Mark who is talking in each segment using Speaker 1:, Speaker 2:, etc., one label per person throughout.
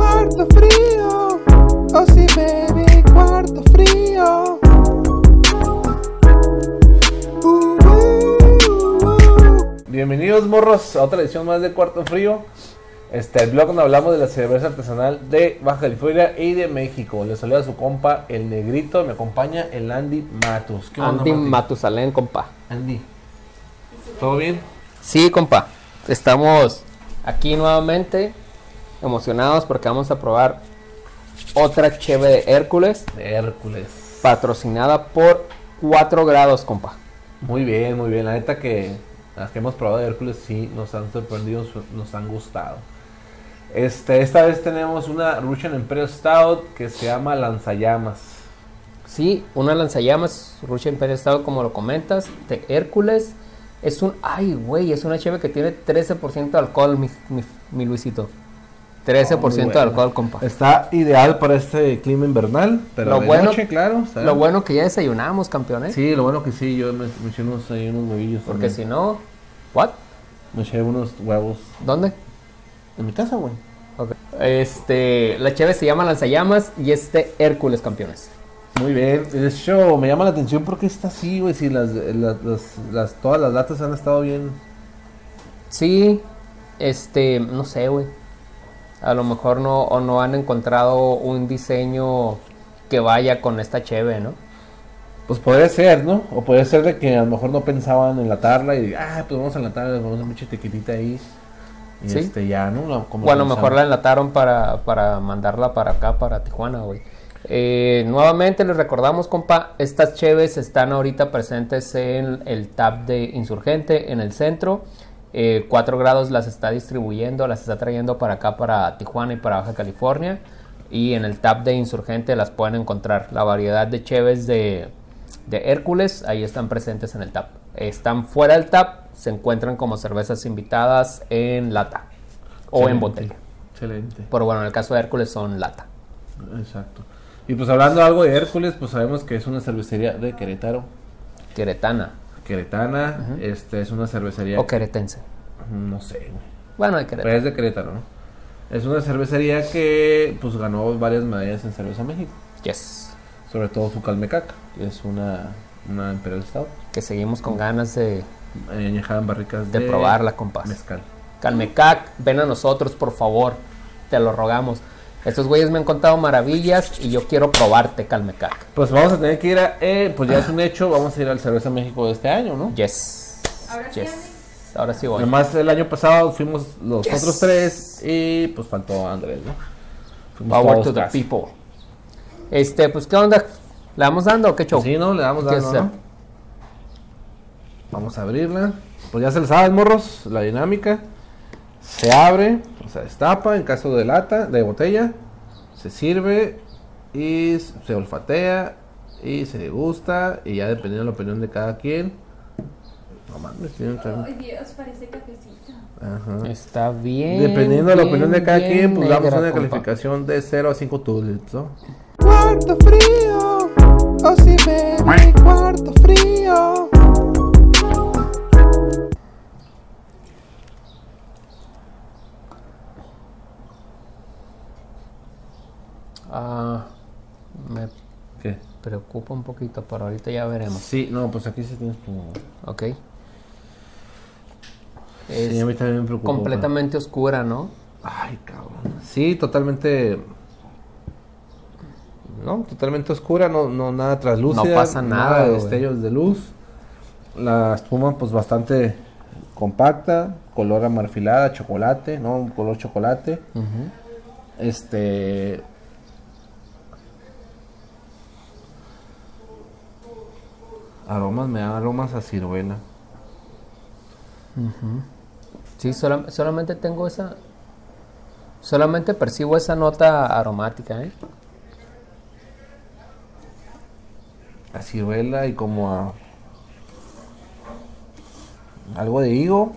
Speaker 1: cuarto frío. Oh sí, baby, cuarto frío. Uh, uh, uh.
Speaker 2: Bienvenidos morros a otra edición más de Cuarto Frío. Este, el blog donde hablamos de la cerveza artesanal de Baja California y de México. Les saluda su compa el negrito, me acompaña el Andy Matos. ¿Qué onda,
Speaker 3: Andy
Speaker 2: Mati?
Speaker 3: Matusalén, compa.
Speaker 2: Andy, ¿todo bien?
Speaker 3: Sí, compa. Estamos aquí nuevamente emocionados porque vamos a probar otra cheve de Hércules
Speaker 2: De Hércules.
Speaker 3: patrocinada por 4 grados, compa.
Speaker 2: Muy bien, muy bien. La neta que las que hemos probado de Hércules sí nos han sorprendido, su- nos han gustado. Este, esta vez tenemos una Russian Imperial Stout que se llama Lanzallamas.
Speaker 3: Sí, una lanzallamas, Rucha Imperio Estado, como lo comentas, de Hércules. Es un, ay, güey, es una cheve que tiene 13% de alcohol, mi, mi- mi Luisito. 13%
Speaker 2: Oh,
Speaker 3: de alcohol, compa.
Speaker 2: Está ideal para este clima invernal, pero
Speaker 3: Lo
Speaker 2: de
Speaker 3: bueno-
Speaker 2: noche, claro. está-
Speaker 3: Lo bueno que ya desayunamos, campeones.
Speaker 2: Sí, lo bueno que sí, yo me, me eché unos, ahí unos huevillos.
Speaker 3: Porque
Speaker 2: también.
Speaker 3: si no, ¿what?
Speaker 2: Me eché unos huevos.
Speaker 3: ¿Dónde?
Speaker 2: En mi casa, güey.
Speaker 3: Este, la cheve se llama Lanzallamas y este Hércules, campeones.
Speaker 2: Muy bien. De hecho, me llama la atención porque está así, güey. Si las, las, las- las- todas las latas han estado bien.
Speaker 3: Sí, este, no sé, güey. A lo mejor no, o no han encontrado un diseño que vaya con esta cheve, ¿no?
Speaker 2: Pues podría ser, ¿no? O podría ser de que a lo mejor no pensaban en la tarla y, ah, pues vamos a la tarla, vamos a mucha tequilita ahí. Y
Speaker 3: Sí.
Speaker 2: este, ya, ¿no? La- como
Speaker 3: O a lo
Speaker 2: pensamos.
Speaker 3: mejor la enlataron para, para mandarla para acá, para Tijuana, güey. Eh, nuevamente les recordamos, compa, estas cheves están ahorita presentes en el tab de Insurgente, en el centro. Eh, 4 grados las está distribuyendo, las está trayendo para acá, para Tijuana y para Baja California. Y en el tab de Insurgente las pueden encontrar. La variedad de cheves de, de Hércules, ahí están presentes en el tab. Están fuera del tab, se encuentran como cervezas invitadas en lata o en
Speaker 2: Excelente,
Speaker 3: botella.
Speaker 2: Excelente.
Speaker 3: Pero bueno, en el caso de Hércules son lata.
Speaker 2: Exacto. Y pues hablando algo de Hércules, pues sabemos que es una cervecería de Querétaro.
Speaker 3: Queretana
Speaker 2: Queretana, este es una cervecería.
Speaker 3: o queretense.
Speaker 2: No sé, güey.
Speaker 3: Bueno, de
Speaker 2: Pero
Speaker 3: Querétaro.
Speaker 2: es de Querétaro, ¿no? Es una cervecería que pues ganó varias medallas en Cerveza México.
Speaker 3: Yes.
Speaker 2: Sobre todo su Calmecaca, que es una, una Imperial Stout.
Speaker 3: Que seguimos con ganas de,
Speaker 2: eh, añejada en barricas
Speaker 3: de
Speaker 2: de.
Speaker 3: probarla, compas.
Speaker 2: Mezcal.
Speaker 3: Calmecac, ven a nosotros, por favor. Te lo rogamos. Estos güeyes me han contado maravillas y yo quiero probarte, Calmecac.
Speaker 2: Pues vamos a tener que ir a. eh, pues ya es un hecho, vamos a ir al Cerveza México de este año, ¿no?
Speaker 3: Yes.
Speaker 4: Ahora sí,
Speaker 3: yes. Ahora sí voy.
Speaker 2: Nomás el año pasado fuimos los otros tres y pues faltó Andrés, ¿no? Fuimos
Speaker 3: Power
Speaker 2: todos
Speaker 3: to the
Speaker 2: casi.
Speaker 3: people. Este, pues, ¿qué onda? ¿Le vamos dando o qué show?
Speaker 2: Sí, ¿no? Le damos
Speaker 3: ¿Qué
Speaker 2: dando,
Speaker 3: hacer?
Speaker 2: ¿no? Vamos a abrirla. Pues ya se le saben, morros, la dinámica. Se abre, o sea, destapa en caso de lata, de botella. Se sirve y s- se olfatea y se degusta. Y ya dependiendo de la opinión de cada quien. No mames, tienen que-
Speaker 4: Ay, Dios, parece cafecito.
Speaker 2: Ajá.
Speaker 3: Está bien.
Speaker 2: Dependiendo de la
Speaker 3: bien,
Speaker 2: opinión de cada
Speaker 3: bien
Speaker 2: quien, pues damos
Speaker 3: negra,
Speaker 2: una
Speaker 3: compa.
Speaker 2: calificación de 0 a 5 tulips, ¿no?
Speaker 1: Cuarto frío. Oh sí, baby, cuarto frío.
Speaker 3: Ah, me
Speaker 2: ¿Qué?
Speaker 3: preocupa un poquito, pero ahorita ya veremos.
Speaker 2: Sí, no, pues aquí se tienes como.
Speaker 3: Ok. Es
Speaker 2: Sí, a mí también me preocupó. pero-
Speaker 3: completamente oscura, ¿no?
Speaker 2: Ay, cabrón. Sí, totalmente. No, totalmente oscura, no, no nada traslúcida.
Speaker 3: No pasa nada,
Speaker 2: de
Speaker 3: güey.
Speaker 2: destellos de luz. La espuma, pues bastante compacta, color amarfilada, chocolate, ¿no? Un color chocolate. Este. Aromas, me dan aromas a ciruela.
Speaker 3: Sí, sola- solamente tengo esa. Solamente percibo esa nota aromática, ¿eh?
Speaker 2: a ciruela y como a algo de higo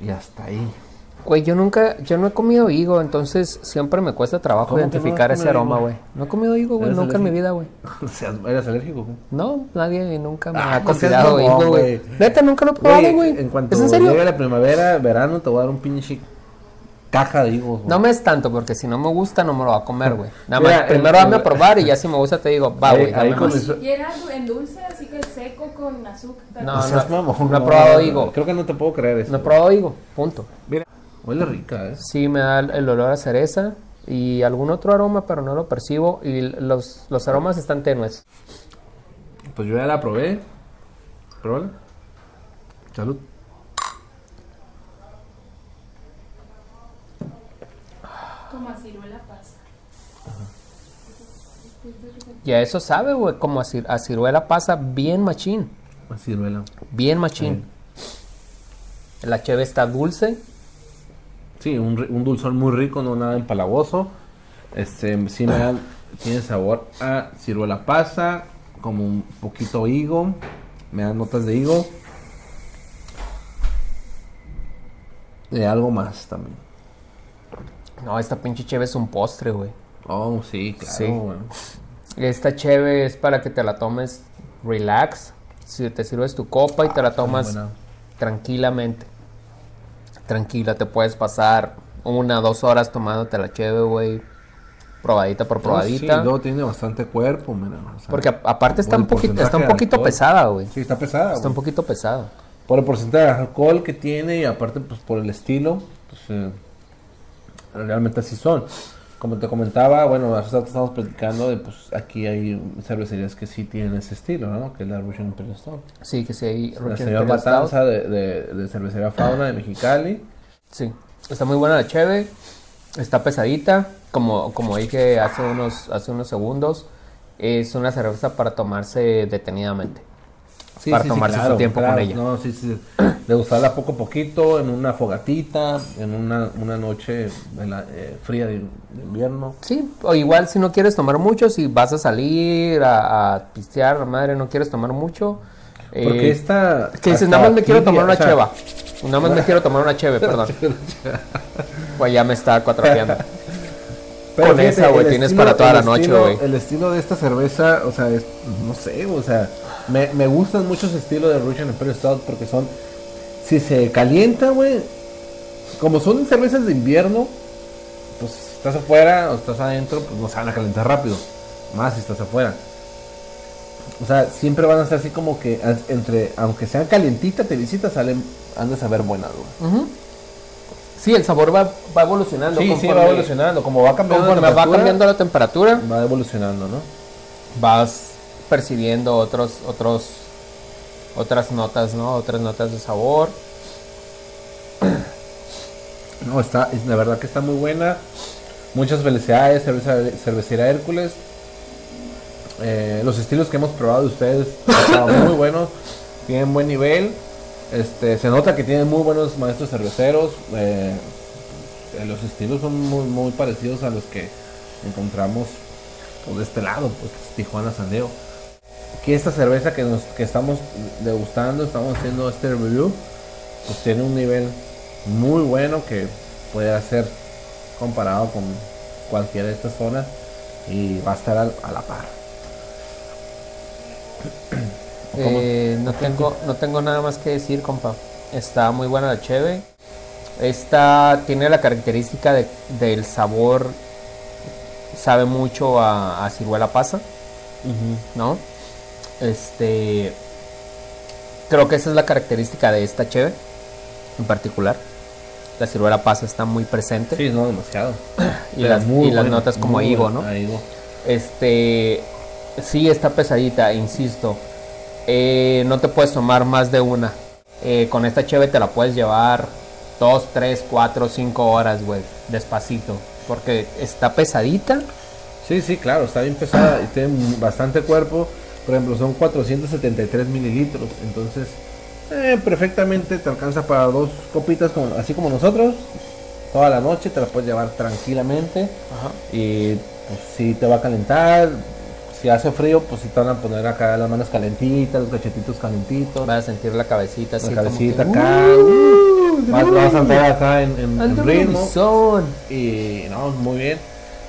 Speaker 2: y hasta ahí.
Speaker 3: Güey, yo nunca, yo no he comido higo, entonces siempre me cuesta trabajo
Speaker 2: ¿Cómo que no has
Speaker 3: identificar ese
Speaker 2: comido
Speaker 3: aroma,
Speaker 2: higo?
Speaker 3: güey. No he comido higo, güey,
Speaker 2: Eres
Speaker 3: nunca en mi
Speaker 2: alérgico.
Speaker 3: vida,
Speaker 2: O
Speaker 3: güey.
Speaker 2: sea, ¿Eres alérgico? güey?
Speaker 3: No, nadie nunca me
Speaker 2: Ah,
Speaker 3: ha
Speaker 2: no seas
Speaker 3: considerado
Speaker 2: mamón,
Speaker 3: higo, güey.
Speaker 2: güey.
Speaker 3: Neta, nunca lo he probado, güey.
Speaker 2: En cuanto
Speaker 3: ¿Es en serio?
Speaker 2: llegue la primavera, verano, te voy a dar un pinche caja de higos, güey.
Speaker 3: No me es tanto, porque si no me gusta, no me lo va a comer, güey. Nada más,
Speaker 2: Mira, el-
Speaker 3: primero dame a
Speaker 2: el-
Speaker 3: probar y ya si me gusta te digo, va,
Speaker 2: Ahí-
Speaker 3: güey, dame
Speaker 2: ahí con
Speaker 3: más.
Speaker 2: el-
Speaker 4: Y era en dulce, así que seco con azúcar.
Speaker 3: No,
Speaker 2: No seas mamón,
Speaker 3: no he probado
Speaker 2: no,
Speaker 3: higo.
Speaker 2: Creo que no te puedo creer eso.
Speaker 3: No he probado higo, punto.
Speaker 2: Mira, huele rica, ¿eh?
Speaker 3: Sí, me da el, el olor a cereza y algún otro aroma, pero no lo percibo y l- los, los aromas están tenues.
Speaker 2: Pues yo ya la probé. Pruébala. Salud.
Speaker 4: Como a ciruela pasa.
Speaker 3: Y a eso sabe, güey, como a, cir- a ciruela pasa bien machín,
Speaker 2: La ciruela.
Speaker 3: bien machín. La cheve está dulce,
Speaker 2: Sí, un, ri- un dulzor muy rico, no nada empalagoso. Este, sí me da, tiene sabor a ciruela pasa, como un poquito higo, me dan notas de higo. De algo más también.
Speaker 3: No, esta pinche cheve es un postre, güey.
Speaker 2: Oh, sí, claro.
Speaker 3: Sí.
Speaker 2: bueno.
Speaker 3: Esta cheve es para que te la tomes relax. Si te sirves tu copa y te la tomas
Speaker 2: Ah, buena.
Speaker 3: tranquilamente. Tranquila, te puedes pasar una, dos horas tomándote la cheve, güey. Probadita por
Speaker 2: No, Oh, sí,
Speaker 3: probadita.
Speaker 2: luego tiene bastante cuerpo, mira. o sea,
Speaker 3: Oh, porque a- aparte está
Speaker 2: por
Speaker 3: un
Speaker 2: el
Speaker 3: poquito, está
Speaker 2: porcentaje
Speaker 3: un
Speaker 2: de
Speaker 3: poquito
Speaker 2: alcohol.
Speaker 3: pesada, güey.
Speaker 2: Sí, está pesada.
Speaker 3: Está un
Speaker 2: güey.
Speaker 3: poquito pesada.
Speaker 2: Por el porcentaje de alcohol que tiene y aparte pues por el estilo, pues eh, realmente así son. Como te comentaba, bueno, hace rato estábamos platicando de pues aquí hay cervecerías que sí tienen ese estilo, ¿no? Que es la Russian Imperial Stout.
Speaker 3: Sí, que sí hay
Speaker 2: La
Speaker 3: Russian
Speaker 2: señor
Speaker 3: Imperial Stout.
Speaker 2: Matanza de, de, de Cervecería Fauna de Mexicali.
Speaker 3: Sí, está muy buena la cheve, está pesadita, como, como dije hace unos, hace unos segundos, es una cerveza para tomarse detenidamente. Para tomarse su tiempo con ella.
Speaker 2: No, sí, sí. De usarla poco a poquito, en una fogatita, en una, una noche de la- eh, fría de, de invierno.
Speaker 3: Sí, o igual si no quieres tomar mucho, si vas a salir a, a pistear, la madre, no quieres tomar mucho. eh,
Speaker 2: Porque esta...
Speaker 3: que dices,
Speaker 2: hasta
Speaker 3: nada más me quiero
Speaker 2: aquí,
Speaker 3: tomar
Speaker 2: o
Speaker 3: una
Speaker 2: sea,
Speaker 3: cheva. Nada más me quiero tomar una cheve, perdón. Pues ya me está cuatrapeando. Con esa, güey,
Speaker 2: el
Speaker 3: tienes
Speaker 2: estilo-
Speaker 3: para toda
Speaker 2: el
Speaker 3: la noche,
Speaker 2: estilo-
Speaker 3: güey.
Speaker 2: El estilo de esta cerveza, o sea, es, no sé, o sea, me, me gustan muchos estilos de Russian Imperial Stout porque son, si se calienta, güey, como son cervezas de invierno, pues si estás afuera o estás adentro, pues no se van a calentar rápido, más si estás afuera. O sea, siempre van a estar así como que a- entre, aunque sean calientitas, te visitas, salen, han de saber buenas, güey.
Speaker 3: Ujú. Sí, el sabor va, va evolucionando.
Speaker 2: Sí, sí,
Speaker 3: conforme-
Speaker 2: va evolucionando, como va cambiando, la
Speaker 3: Conforme va
Speaker 2: temperatura,
Speaker 3: cambiando la temperatura,
Speaker 2: va evolucionando, ¿no?
Speaker 3: vas percibiendo otros, otros, otras notas, ¿no? Otras notas de sabor.
Speaker 2: No, está, es, la verdad que está muy buena. Muchas felicidades, cerveza- cervecería Hércules. Eh, los estilos que hemos probado de ustedes están muy buenos, tienen buen nivel. Este, se nota que tienen muy buenos maestros cerveceros. eh, eh, los estilos son muy, muy parecidos a los que encontramos pues, de este lado, pues Tijuana Sandeo. Que esta cerveza que, nos, que estamos degustando, estamos haciendo este review, pues tiene un nivel muy bueno que puede ser comparado con cualquiera de estas zonas y va a estar al- a la par. ¿Cómo?
Speaker 3: Eh, no, tengo, no tengo nada más que decir, compa. Está muy buena la cheve. Esta tiene la característica de- del sabor, sabe mucho a, a ciruela pasa, ¿no? Este, creo que esa es la característica de esta cheve en particular. La ciruela pasa está muy presente.
Speaker 2: Sí, no demasiado.
Speaker 3: Y
Speaker 2: Pero
Speaker 3: las-
Speaker 2: muy
Speaker 3: y las
Speaker 2: buena,
Speaker 3: notas como
Speaker 2: muy
Speaker 3: a higo,
Speaker 2: buena,
Speaker 3: ¿no?
Speaker 2: a higo.
Speaker 3: Este, sí está pesadita, insisto. Eh, no te puedes tomar más de una. Eh, con esta cheve te la puedes llevar dos, tres, cuatro, cinco horas, güey, despacito, porque está pesadita.
Speaker 2: Sí, sí, claro, está bien pesada y tiene bastante cuerpo. Por ejemplo, son 473 mililitros. Entonces, eh, perfectamente te alcanza para dos copitas, como, así como nosotros. Toda la noche te la puedes llevar tranquilamente. Y pues, si te va a calentar, si hace frío, pues si te van a poner acá las manos calentitas, los cachetitos calentitos, la
Speaker 3: Vas a sentir la cabecita así como
Speaker 2: cabecita
Speaker 3: que,
Speaker 2: acá.
Speaker 3: "Uh,
Speaker 2: vas, vas a entrar acá en, en- en
Speaker 3: ando en
Speaker 2: ritmo.
Speaker 3: unison".
Speaker 2: Y no, muy bien.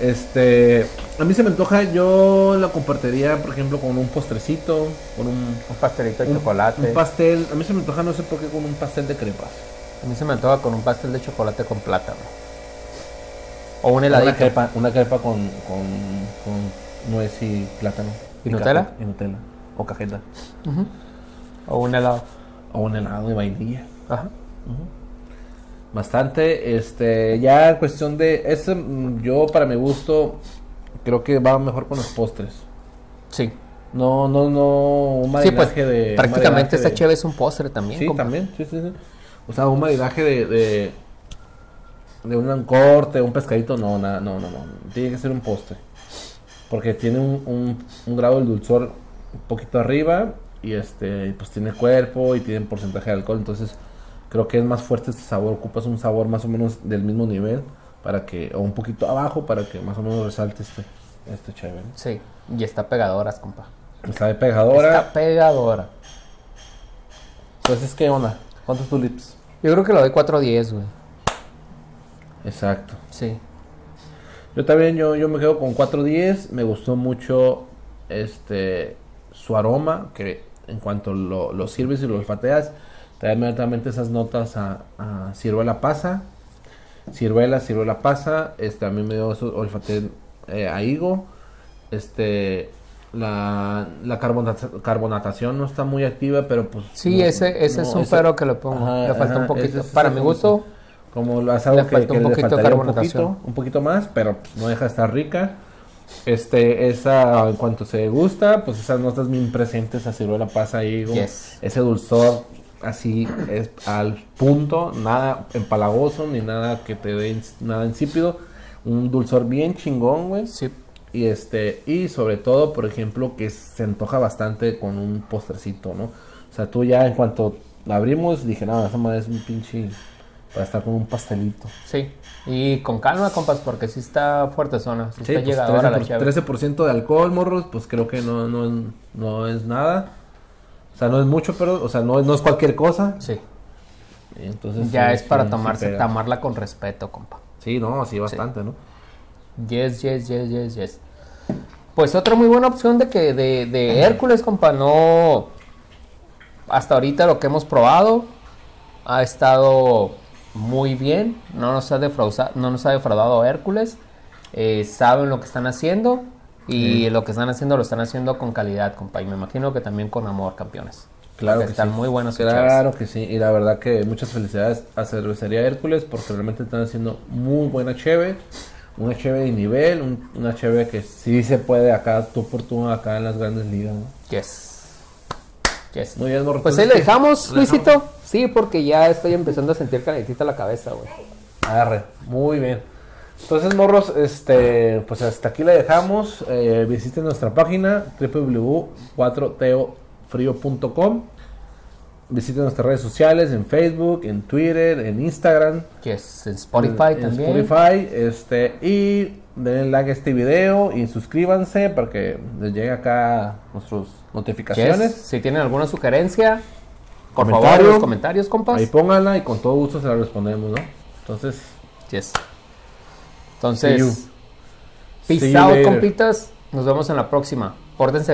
Speaker 2: Este, a mí se me antoja, yo la compartiría, por ejemplo, con un postrecito, con un,
Speaker 3: Un pastelito de
Speaker 2: un-
Speaker 3: chocolate.
Speaker 2: un pastel. A mí se me antoja, no sé por qué, con un pastel de crepas.
Speaker 3: a mí se me antoja con un pastel de chocolate con plátano. O un
Speaker 2: Una
Speaker 3: heladito.
Speaker 2: crepa, una crepa con, con, con nuez y plátano.
Speaker 3: ¿Y Nutella?
Speaker 2: cajeta- Y Nutella. O cajeta.
Speaker 3: O un helado.
Speaker 2: O un helado de vainilla.
Speaker 3: Ajá.
Speaker 2: Bastante. Este, ya en cuestión de. Este, mm, yo, para mi gusto, creo que va mejor con los postres.
Speaker 3: Sí.
Speaker 2: No, no, no. Un
Speaker 3: Sí, pues
Speaker 2: maridaje de. un
Speaker 3: prácticamente
Speaker 2: maridaje
Speaker 3: esta
Speaker 2: de-
Speaker 3: chévere es un postre también.
Speaker 2: Sí,
Speaker 3: compa.
Speaker 2: también. Sí, sí, sí. O sea, un maridaje de. de de un corte, un pescadito, no, nada, no, no, no. Tiene que ser un postre. Porque tiene un, un- un grado de dulzor un poquito arriba y este, y pues tiene cuerpo y tiene porcentaje de alcohol. Entonces, creo que es más fuerte este sabor. Ocupas un sabor más o menos del mismo nivel para que, o un poquito abajo para que más o menos resalte este, este chévere.
Speaker 3: Sí. Y está pegadoras, compa.
Speaker 2: Sabe pegadora.
Speaker 3: Está pegadora.
Speaker 2: Entonces, ¿qué onda? ¿Cuántos tulips?
Speaker 3: Yo creo que le doy 4.10, güey.
Speaker 2: Exacto.
Speaker 3: Sí.
Speaker 2: Yo también, yo, yo me quedo con 4.10. Me gustó mucho este su aroma, que en cuanto lo, lo sirves y lo olfateas, te da inmediatamente esas notas a, a ciruela pasa. Ciruela, ciruela pasa. Este, a mí me dio eso, olfateé eh, a higo. Este, la, la carbonata- carbonatación no está muy activa, pero pues...
Speaker 3: Sí,
Speaker 2: no-
Speaker 3: ese,
Speaker 2: no,
Speaker 3: ese es un
Speaker 2: ese-
Speaker 3: pero que le pongo.
Speaker 2: Ajá,
Speaker 3: le falta
Speaker 2: ajá,
Speaker 3: un poquito.
Speaker 2: ese- ese
Speaker 3: Para
Speaker 2: sí
Speaker 3: mi
Speaker 2: como-
Speaker 3: gusto,
Speaker 2: Como lo has algo
Speaker 3: Le
Speaker 2: que,
Speaker 3: falta
Speaker 2: que
Speaker 3: un
Speaker 2: le
Speaker 3: poquito de
Speaker 2: faltaría un
Speaker 3: carbonatación.
Speaker 2: poquito, un poquito más, pero pues, no deja de estar rica. Este, esa, en cuanto se gusta, pues esas notas bien presentes, la ciruela pasa ahí, como
Speaker 3: Yes.
Speaker 2: ese dulzor así es al punto, nada empalagoso ni nada que te dé ins- nada insípido, un dulzor bien chingón, güey.
Speaker 3: sí.
Speaker 2: Y este, y sobre todo, por ejemplo, que se antoja bastante con un postrecito, ¿no? O sea, tú ya en cuanto la abrimos, dije, no, esa madre es un pinche para estar con un pastelito.
Speaker 3: Sí. Y con calma, compas, porque sí está fuerte zona. Sí,
Speaker 2: Sí,
Speaker 3: está
Speaker 2: pues,
Speaker 3: llegadora la
Speaker 2: 13%,
Speaker 3: chave.
Speaker 2: 13% de alcohol, morros, pues creo que no, no, no es nada. O sea, no es mucho, pero, o sea, no, no es cualquier cosa.
Speaker 3: Sí.
Speaker 2: Entonces,
Speaker 3: Ya
Speaker 2: sí,
Speaker 3: es para
Speaker 2: sí, sí
Speaker 3: tomarse,
Speaker 2: pega.
Speaker 3: tomarla con respeto, compa.
Speaker 2: Sí, no, sí, bastante, ¿no?
Speaker 3: Yes, yes, yes, yes, yes. Pues otra muy buena opción de que de, de Hércules, compa, no. Hasta ahorita lo que hemos probado ha estado muy bien. No nos ha defraudado, no nos ha defraudado Hércules. Eh, saben lo que están haciendo. Y lo que están haciendo lo están haciendo con calidad, compa. Y me imagino que también con amor, campeones.
Speaker 2: Claro
Speaker 3: Porque
Speaker 2: que
Speaker 3: están
Speaker 2: sí.
Speaker 3: muy buenos. sus
Speaker 2: Claro que sí, y la verdad que muchas felicidades a Cervecería Hércules porque realmente están haciendo muy buena cheve, una cheve de nivel, un- una cheve que sí se puede acá, tú por tú acá en las grandes ligas. ¿no?
Speaker 3: chavos. Yes. Yes.
Speaker 2: Muy bien, morro,
Speaker 3: Pues ahí
Speaker 2: entonces,
Speaker 3: le
Speaker 2: ¿qué?
Speaker 3: dejamos,
Speaker 2: ¿Le dejamos?
Speaker 3: Luisito. Sí, porque ya estoy empezando a sentir calentita la cabeza, güey.
Speaker 2: Agarre, muy bien. Entonces, morros, este, pues hasta aquí la dejamos. Eh, visiten nuestra página www.4teofrio.com. Visiten nuestras redes sociales en Facebook, en Twitter, en Instagram.
Speaker 3: Yes, en Spotify
Speaker 2: en
Speaker 3: también.
Speaker 2: Spotify, este, y denle like a este video y suscríbanse para que les llegue acá nuestras
Speaker 3: Yes,
Speaker 2: notificaciones.
Speaker 3: Si tienen alguna sugerencia, por favor,
Speaker 2: Comentario.
Speaker 3: en los comentarios, compas.
Speaker 2: Ahí pónganla y con todo gusto se la respondemos, ¿no? Entonces,
Speaker 3: Yes.
Speaker 2: See you.
Speaker 3: Entonces,
Speaker 2: See
Speaker 3: peace
Speaker 2: you
Speaker 3: out,
Speaker 2: later.
Speaker 3: compitas. Nos vemos en la próxima. Pórtense bien.